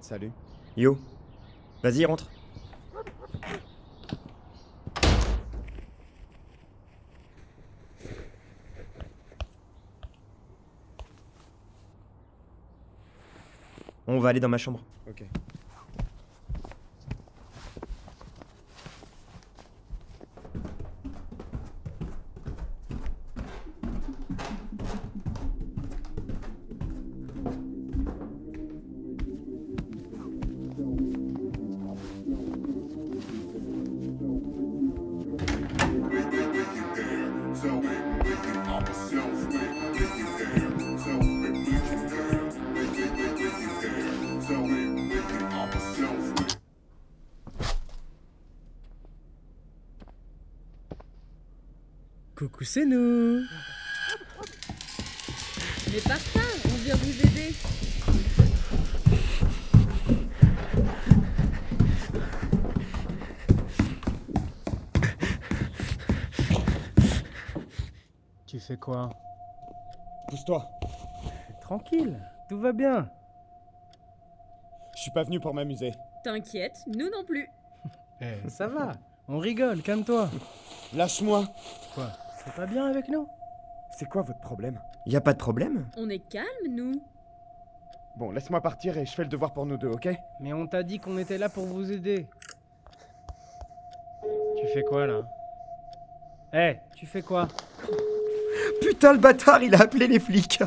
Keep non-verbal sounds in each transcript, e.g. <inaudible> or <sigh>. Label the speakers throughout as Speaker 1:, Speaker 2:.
Speaker 1: Salut. Yo. Vas-y, rentre. On va aller dans ma chambre. Ok.
Speaker 2: Coucou, c'est nous
Speaker 3: Mais par ça, on vient vous aider.
Speaker 4: Tu fais quoi
Speaker 5: Pousse-toi.
Speaker 4: Tranquille, tout va bien.
Speaker 5: Je suis pas venu pour m'amuser.
Speaker 3: T'inquiète, nous non plus.
Speaker 4: Eh, ça va, on rigole, calme-toi.
Speaker 5: Lâche-moi.
Speaker 4: Quoi C'est pas bien avec nous
Speaker 5: C'est quoi votre problème
Speaker 1: Y a pas de problème
Speaker 3: On est calme, nous.
Speaker 5: Bon, laisse-moi partir et je fais le devoir pour nous deux, ok
Speaker 4: Mais on t'a dit qu'on était là pour vous aider. Tu fais quoi là Eh, tu fais quoi
Speaker 1: Putain, le bâtard, il a appelé les flics.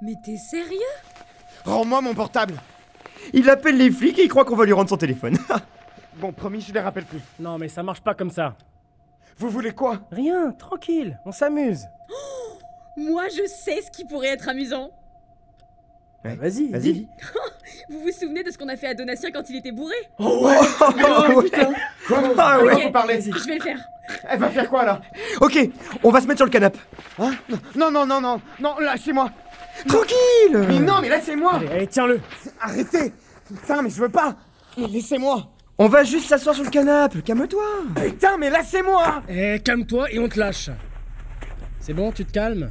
Speaker 3: Mais t'es sérieux
Speaker 5: Rends-moi mon portable.
Speaker 1: Il appelle les flics et il croit qu'on va lui rendre son téléphone. <laughs>
Speaker 5: Bon, promis, je les rappelle plus.
Speaker 4: Non, mais ça marche pas comme ça.
Speaker 5: Vous voulez quoi
Speaker 4: Rien, tranquille, on s'amuse.
Speaker 3: Moi, je sais ce qui pourrait être amusant.
Speaker 1: Ouais,
Speaker 4: Vas-y,
Speaker 1: <laughs> Vas-y.
Speaker 3: Vous vous souvenez de ce qu'on a fait à Donatien quand il était bourré
Speaker 5: Oh ouais
Speaker 1: Oh, putain.
Speaker 5: Quoi
Speaker 1: Ah
Speaker 5: De quoi
Speaker 3: ouais.
Speaker 5: vous parlez
Speaker 3: Je vais le faire.
Speaker 5: Elle va faire quoi là Hein
Speaker 1: Ok, on va se mettre sur le canapé.
Speaker 5: Non, non, non, non, non, lâchez-moi
Speaker 1: Tranquille
Speaker 5: Mais non, mais laissez-moi
Speaker 4: Allez, allez, Eh, tiens-le.
Speaker 5: Arrêtez Putain, mais je veux pas Mais laissez-moi
Speaker 1: On va juste s'asseoir sur le canapé, calme-toi
Speaker 5: Putain, mais laissez-moi
Speaker 4: Eh, calme-toi et on te lâche. C'est bon, tu te calmes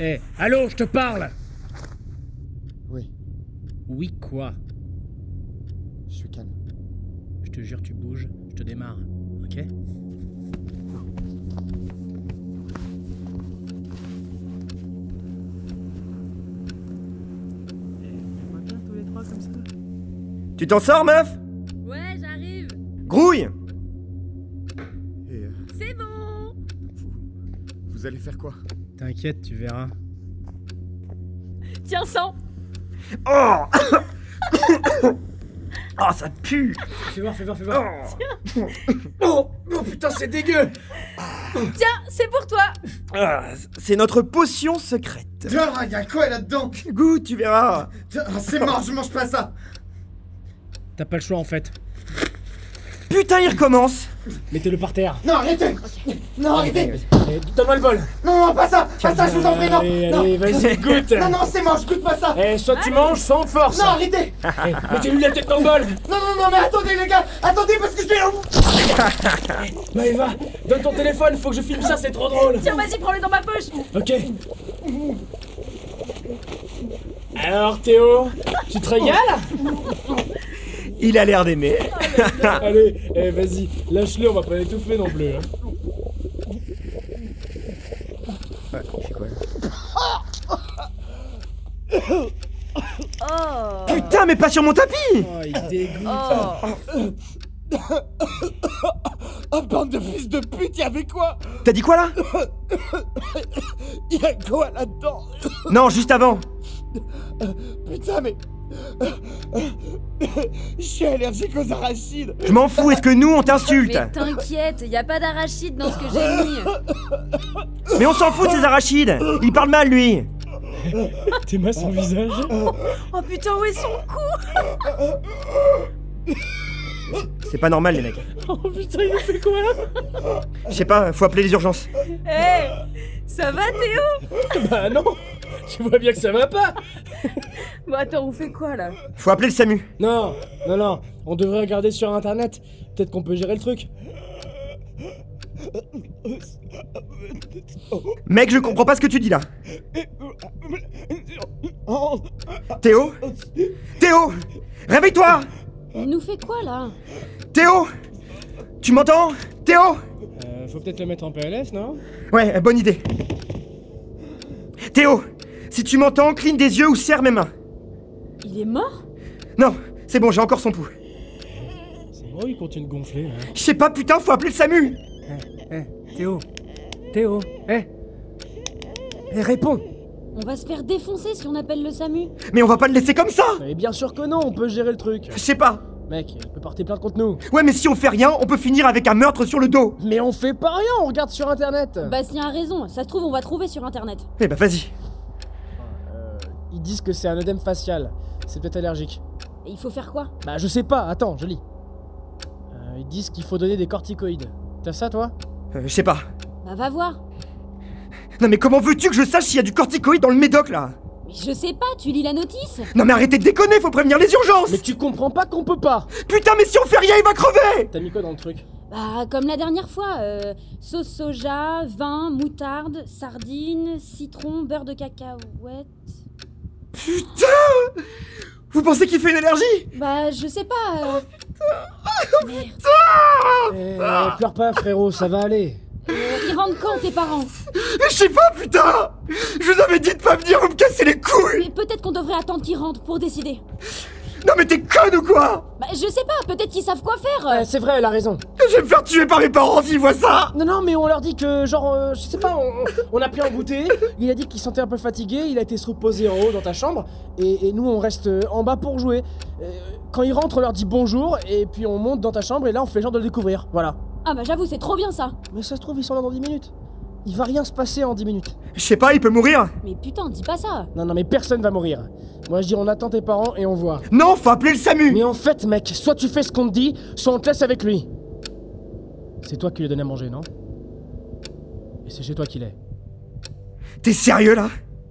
Speaker 4: Eh, allô, je te parle
Speaker 5: Oui,
Speaker 4: Oui, quoi
Speaker 5: je suis calme.
Speaker 4: Je te jure, tu bouges, je te démarre. Ok
Speaker 1: Tu t'en sors, meuf
Speaker 3: Ouais, j'arrive.
Speaker 1: Grouille
Speaker 5: Et euh,
Speaker 3: C'est bon.
Speaker 5: vous allez faire quoi
Speaker 4: T'inquiète, tu verras.
Speaker 3: Tiens, sang.
Speaker 1: Oh Oh, ça pue
Speaker 4: Fais voir, fais voir, fais voir.
Speaker 5: Oh Oh putain, c'est dégueu
Speaker 3: Tiens, c'est pour toi.
Speaker 1: Ah, C'est notre potion secrète.
Speaker 5: Dehors, y'a quoi là-dedans
Speaker 1: Goûte, tu verras.
Speaker 5: Dehors, C'est mort, je mange pas ça
Speaker 4: T'as pas le choix en fait.
Speaker 1: Putain, il recommence.
Speaker 4: Mettez-le par terre.
Speaker 5: Non, arrêtez Non, arrêtez
Speaker 4: Eh, Donne-moi le bol.
Speaker 5: Non, non, pas ça Pas ça, je vous en prie, non
Speaker 4: Allez,
Speaker 5: Non.
Speaker 4: allez, vas-y, goûte.
Speaker 5: Non, non, c'est mort, je goûte pas ça
Speaker 4: Eh, soit tu manges, soit on te force. Eh,
Speaker 5: Non, arrêtez
Speaker 4: Mettez-lui la tête dans le bol.
Speaker 5: Non, non, non, mais attendez, les gars Attendez, parce que je vais...
Speaker 4: Maëva, donne ton téléphone, faut que je filme ça, c'est trop drôle.
Speaker 3: Tiens, vas-y, prends-le dans ma poche.
Speaker 4: Ok. Alors Théo, tu te régales
Speaker 1: Il a l'air d'aimer.
Speaker 4: Allez, eh, vas-y, lâche-le, on va pas l'étouffer non plus. hein.
Speaker 3: Oh.
Speaker 1: Putain, mais pas sur mon tapis.
Speaker 4: Oh, il dégoûte.
Speaker 3: Oh.
Speaker 5: Oh, bande de fils de pute, y'avait quoi
Speaker 1: T'as dit quoi là
Speaker 5: Y'a quoi là-dedans
Speaker 1: Non, juste avant.
Speaker 5: Putain, mais. Je suis allergique aux arachides
Speaker 1: Je m'en fous, est-ce que nous on t'insulte
Speaker 6: Mais t'inquiète, y a pas d'arachide dans ce que j'ai mis.
Speaker 3: <laughs>
Speaker 1: Mais on s'en fout de ces arachides Il parle mal lui
Speaker 4: Théma, son visage
Speaker 6: Oh putain, où est son cou
Speaker 1: C'est pas normal les mecs.
Speaker 4: Oh putain, il a fait quoi
Speaker 1: Je sais pas, faut appeler les urgences.
Speaker 6: Eh Ça va Théo
Speaker 4: Bah non Tu vois bien que ça va pas
Speaker 6: Bon attends, on fait quoi là
Speaker 1: Faut appeler le SAMU.
Speaker 4: Non, non, non, on devrait regarder sur internet. Peut-être qu'on peut gérer le truc.
Speaker 1: Mec, je comprends pas ce que tu dis là.
Speaker 5: Oh,
Speaker 1: Théo Théo Réveille-toi
Speaker 6: Il nous fait quoi là
Speaker 1: Théo Tu m'entends Théo
Speaker 4: Euh, faut peut-être le mettre en PLS, non
Speaker 1: Ouais, bonne idée. Théo Si tu m'entends, cligne des yeux ou serre mes mains.
Speaker 6: Il est mort
Speaker 1: Non, c'est bon, j'ai encore son pouls.
Speaker 4: C'est moi il continue de gonfler, hein. là.
Speaker 1: Je sais pas, putain, faut appeler le SAMU
Speaker 2: Théo Théo Eh Eh, réponds
Speaker 6: On va se faire défoncer si on appelle le SAMU.
Speaker 1: Mais on va pas le laisser comme ça
Speaker 4: Mais bien sûr que non, on peut gérer le truc.
Speaker 1: Je sais pas.
Speaker 4: Mec, il peut porter plainte contre nous.
Speaker 1: Ouais, mais si on fait rien, on peut finir avec un meurtre sur le dos.
Speaker 4: Mais on fait pas rien, on regarde sur internet.
Speaker 6: Bastien a raison, ça se trouve on va trouver sur internet.
Speaker 1: Eh bah vas-y.
Speaker 4: Euh, Ils disent que c'est un œdème facial. C'est peut-être allergique.
Speaker 6: Et il faut faire quoi
Speaker 4: Bah je sais pas, attends, je lis. Euh, ils disent qu'il faut donner des corticoïdes. T'as ça toi
Speaker 1: Euh, je sais pas.
Speaker 6: Bah va voir.
Speaker 1: Non mais comment veux-tu que je sache s'il y a du corticoïde dans le médoc là
Speaker 6: Mais je sais pas, tu lis la notice
Speaker 1: Non mais arrêtez de déconner, faut prévenir les urgences
Speaker 4: Mais tu comprends pas qu'on peut pas
Speaker 1: Putain mais si on fait rien il va crever
Speaker 4: T'as mis quoi dans le truc
Speaker 6: Bah comme la dernière fois, euh, sauce soja, vin, moutarde, sardines, citron, beurre de cacahuète.
Speaker 1: Putain Vous pensez qu'il fait une allergie
Speaker 6: Bah je sais pas. euh, Merde.
Speaker 4: Eh, pleure pas frérot, ça va aller.
Speaker 6: Euh, Ils rentrent quand tes parents
Speaker 1: Mais je sais pas putain Je vous avais dit de pas venir, vous me cassez les couilles
Speaker 6: Mais peut-être qu'on devrait attendre qu'ils rentrent pour décider.
Speaker 1: Non mais t'es conne ou quoi
Speaker 6: Bah je sais pas, peut-être qu'ils savent quoi faire.
Speaker 4: Ouais, Euh, c'est vrai, elle a raison.
Speaker 1: Je vais me faire tuer par mes parents s'ils voient ça
Speaker 4: Non, non, mais on leur dit que, genre, euh, je sais pas, on, on a pris un goûter, il a dit qu'il sentait un peu fatigué, il a été se reposer en haut dans ta chambre, et, et nous on reste euh, en bas pour jouer. Euh, quand ils rentrent, on leur dit bonjour, et puis on monte dans ta chambre, et là on fait genre de le découvrir, voilà.
Speaker 6: Ah bah j'avoue, c'est trop bien ça.
Speaker 4: Mais ça se trouve, ils sont là dans 10 minutes. Il va rien se passer en 10 minutes.
Speaker 1: Je sais pas, il peut mourir
Speaker 6: Mais putain, dis pas ça.
Speaker 4: Non, non, mais personne va mourir. Moi je dis, on attend tes parents et on voit.
Speaker 1: Non, faut appeler le SAMU
Speaker 4: Mais en fait, mec, soit tu fais ce qu'on te dit, soit on te laisse avec lui. C'est toi qui lui as donné à manger, non Et c'est chez toi qu'il est.
Speaker 1: T'es sérieux là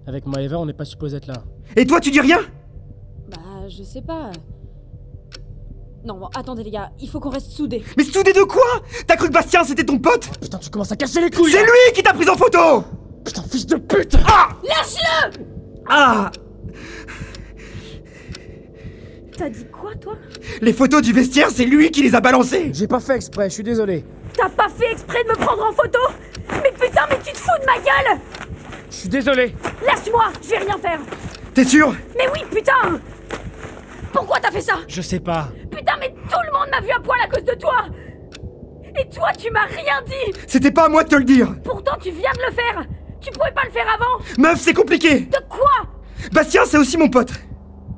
Speaker 4: Avec Maeva, on n'est pas supposé être là.
Speaker 1: Et toi tu dis rien
Speaker 6: Bah je sais pas. Non, bon, attendez les gars, il faut qu'on reste soudés.
Speaker 1: Mais soudé de quoi T'as cru que Bastien c'était ton pote
Speaker 4: Putain, tu commences à casser les couilles
Speaker 1: C'est lui qui t'a pris en photo
Speaker 4: Putain, fils de pute
Speaker 1: Ah
Speaker 6: T'as dit quoi toi
Speaker 1: Les photos du vestiaire, c'est lui qui les a balancées
Speaker 4: J'ai pas fait exprès, je suis désolé.
Speaker 6: T'as pas fait exprès de me prendre en photo Mais putain, mais tu te fous de ma gueule
Speaker 4: Je suis désolé
Speaker 6: Lâche-moi, je vais rien faire.
Speaker 1: T'es sûr
Speaker 6: Mais oui, putain Pourquoi t'as fait ça
Speaker 4: Je sais pas.
Speaker 6: Putain, mais tout le monde m'a vu à poil à cause de toi Et toi, tu m'as rien dit
Speaker 1: C'était pas à moi de te le dire
Speaker 6: Pourtant, tu viens de le faire Tu pouvais pas le faire avant
Speaker 1: Meuf, c'est compliqué
Speaker 6: De quoi
Speaker 1: Bastien, c'est aussi mon pote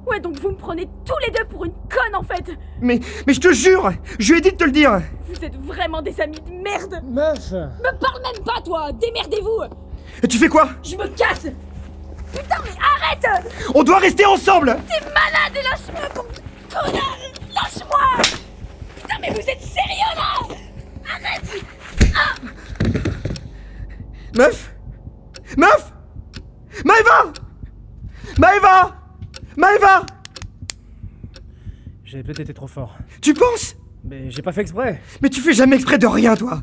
Speaker 6: Ouais, donc vous me prenez tous les deux pour une conne en fait
Speaker 1: Mais, mais je te jure Je lui ai dit de te le dire
Speaker 6: Vous êtes vraiment des amis de merde
Speaker 4: Meuf
Speaker 6: Me parle même pas toi Démerdez-vous
Speaker 1: Et tu fais quoi
Speaker 6: Je me casse Putain, mais arrête
Speaker 1: On doit rester ensemble
Speaker 6: T'es malade et lâche-moi, con- connard Lâche-moi Putain, mais vous êtes sérieux là
Speaker 1: Meuf Meuf Maeva Maeva Maeva
Speaker 4: J'ai peut-être été trop fort.
Speaker 1: Tu penses
Speaker 4: Mais j'ai pas fait exprès.
Speaker 1: Mais tu fais jamais exprès de rien, toi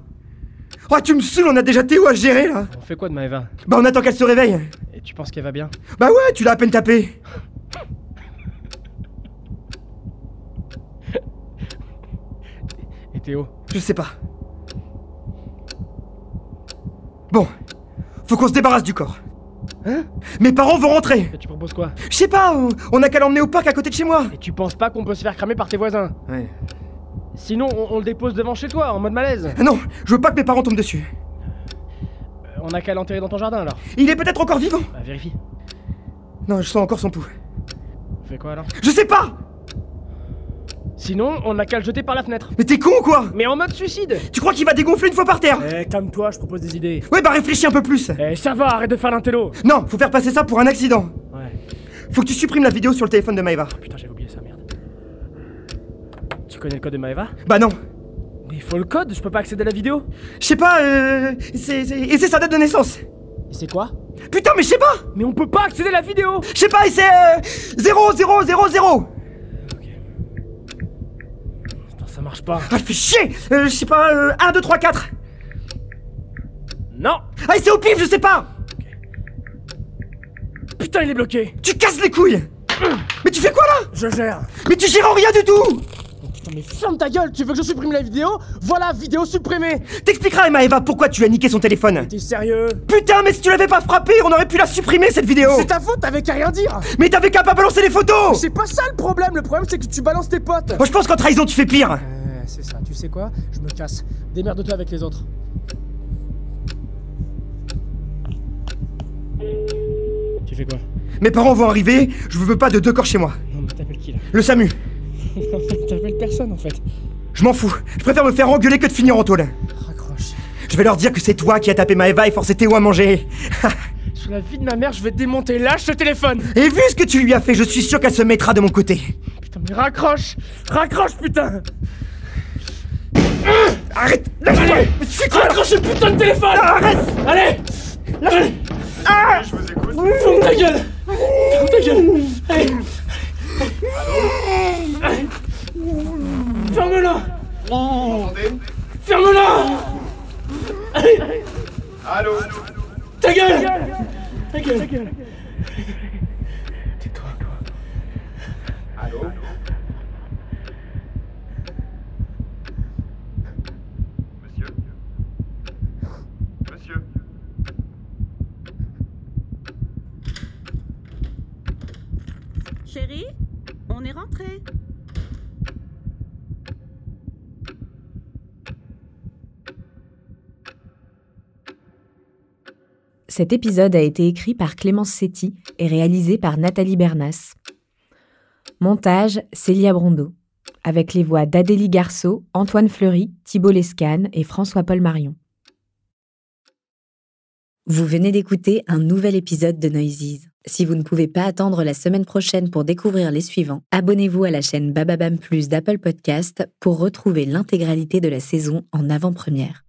Speaker 1: Oh, tu me saoules, on a déjà Théo à gérer, là
Speaker 4: On fait quoi de Maeva
Speaker 1: Bah, on attend qu'elle se réveille
Speaker 4: Et tu penses qu'elle va bien
Speaker 1: Bah ouais, tu l'as à peine tapé
Speaker 4: Et Théo
Speaker 1: Je sais pas. Bon, faut qu'on se débarrasse du corps.
Speaker 4: Hein
Speaker 1: Mes parents vont rentrer.
Speaker 4: Et tu proposes quoi
Speaker 1: Je sais pas, on- on a qu'à l'emmener au parc à côté de chez moi.
Speaker 4: Et tu penses pas qu'on peut se faire cramer par tes voisins
Speaker 1: Ouais.
Speaker 4: Sinon, on, on le dépose devant chez toi, en mode malaise.
Speaker 1: Ah non, je veux pas que mes parents tombent dessus.
Speaker 4: Euh, on a qu'à l'enterrer dans ton jardin alors.
Speaker 1: Il est peut-être encore vivant.
Speaker 4: Bah vérifie.
Speaker 1: Non, je sens encore son pouls.
Speaker 4: On fait quoi alors
Speaker 1: Je sais pas
Speaker 4: Sinon, on n'a qu'à le jeter par la fenêtre.
Speaker 1: Mais t'es con ou quoi
Speaker 4: Mais en mode suicide
Speaker 1: Tu crois qu'il va dégonfler une fois par terre
Speaker 2: Eh, calme-toi, je propose des idées.
Speaker 1: Ouais, bah réfléchis un peu plus
Speaker 2: Eh, ça va, arrête de faire l'intello
Speaker 1: Non, faut faire passer ça pour un accident
Speaker 2: Ouais,
Speaker 1: Faut que tu supprimes la vidéo sur le téléphone de Maeva.
Speaker 2: putain, j'avais oublié ça, merde. Tu connais le code de Maeva
Speaker 1: Bah non
Speaker 2: Mais il faut le code, je peux pas accéder à la vidéo
Speaker 1: Je sais pas, euh. c'est- c'est- Et c'est sa date de naissance
Speaker 4: Et c'est quoi
Speaker 1: Putain, mais je sais pas
Speaker 2: Mais on peut pas accéder à la vidéo
Speaker 1: Je sais pas, et c'est. Euh... 0, 0, 0, 0
Speaker 2: Putain, ça marche pas.
Speaker 1: Ah, je fais chier euh, Je sais pas, euh, 1, 2, 3, 4
Speaker 2: Non
Speaker 1: Ah, et c'est au pif, je sais pas
Speaker 2: Putain, il est bloqué
Speaker 1: Tu casses les couilles Mais tu fais quoi là
Speaker 2: Je gère
Speaker 1: Mais tu gères en rien du tout
Speaker 4: Ferme ta gueule, tu veux que je supprime la vidéo Voilà, vidéo supprimée
Speaker 1: T'expliqueras à Maeva pourquoi tu as niqué son téléphone
Speaker 4: T'es sérieux
Speaker 1: Putain, mais si tu l'avais pas frappé, on aurait pu la supprimer cette vidéo
Speaker 4: C'est ta faute, t'avais qu'à rien dire
Speaker 1: Mais t'avais qu'à pas balancer les photos
Speaker 4: C'est pas ça le problème, le problème c'est que tu balances tes potes
Speaker 1: Moi, je pense qu'en trahison, tu fais pire
Speaker 4: Euh, c'est ça, tu sais quoi Je me casse. Démerde-toi avec les autres.
Speaker 2: Tu fais quoi
Speaker 1: Mes parents vont arriver, je veux pas de deux corps chez moi.
Speaker 2: Non, mais t'appelles qui là <laughs>
Speaker 1: Le SAMU
Speaker 2: T'appelles personne en fait.
Speaker 1: Je m'en fous, je préfère me faire engueuler que de finir en tôle.
Speaker 4: Raccroche.
Speaker 1: Je vais leur dire que c'est toi qui as tapé Maeva et forcé Théo à manger. <laughs>
Speaker 4: Sur la vie de ma mère, je vais te démonter. Lâche ce téléphone
Speaker 1: Et vu ce que tu lui as fait, je suis sûr qu'elle se mettra de mon côté.
Speaker 4: Putain, mais raccroche Raccroche, putain
Speaker 1: Arrête Lâche-toi Mais tu fais quoi
Speaker 4: Raccroche ce putain de téléphone
Speaker 1: Arrête
Speaker 4: Allez Lâche Ferme Ah. ta gueule Ferme ta gueule Allez Allez. Ferme-la Ferme-la Allez Allô Ta gueule Ta gueule Ta gueule Tais-toi.
Speaker 7: Monsieur Monsieur
Speaker 8: Chérie, on est rentré.
Speaker 9: Cet épisode a été écrit par Clémence Setti et réalisé par Nathalie Bernas. Montage Célia Brondeau, avec les voix d'Adélie Garceau, Antoine Fleury, Thibault Lescane et François-Paul Marion.
Speaker 10: Vous venez d'écouter un nouvel épisode de Noises. Si vous ne pouvez pas attendre la semaine prochaine pour découvrir les suivants, abonnez-vous à la chaîne Bababam Plus d'Apple Podcast pour retrouver l'intégralité de la saison en avant-première.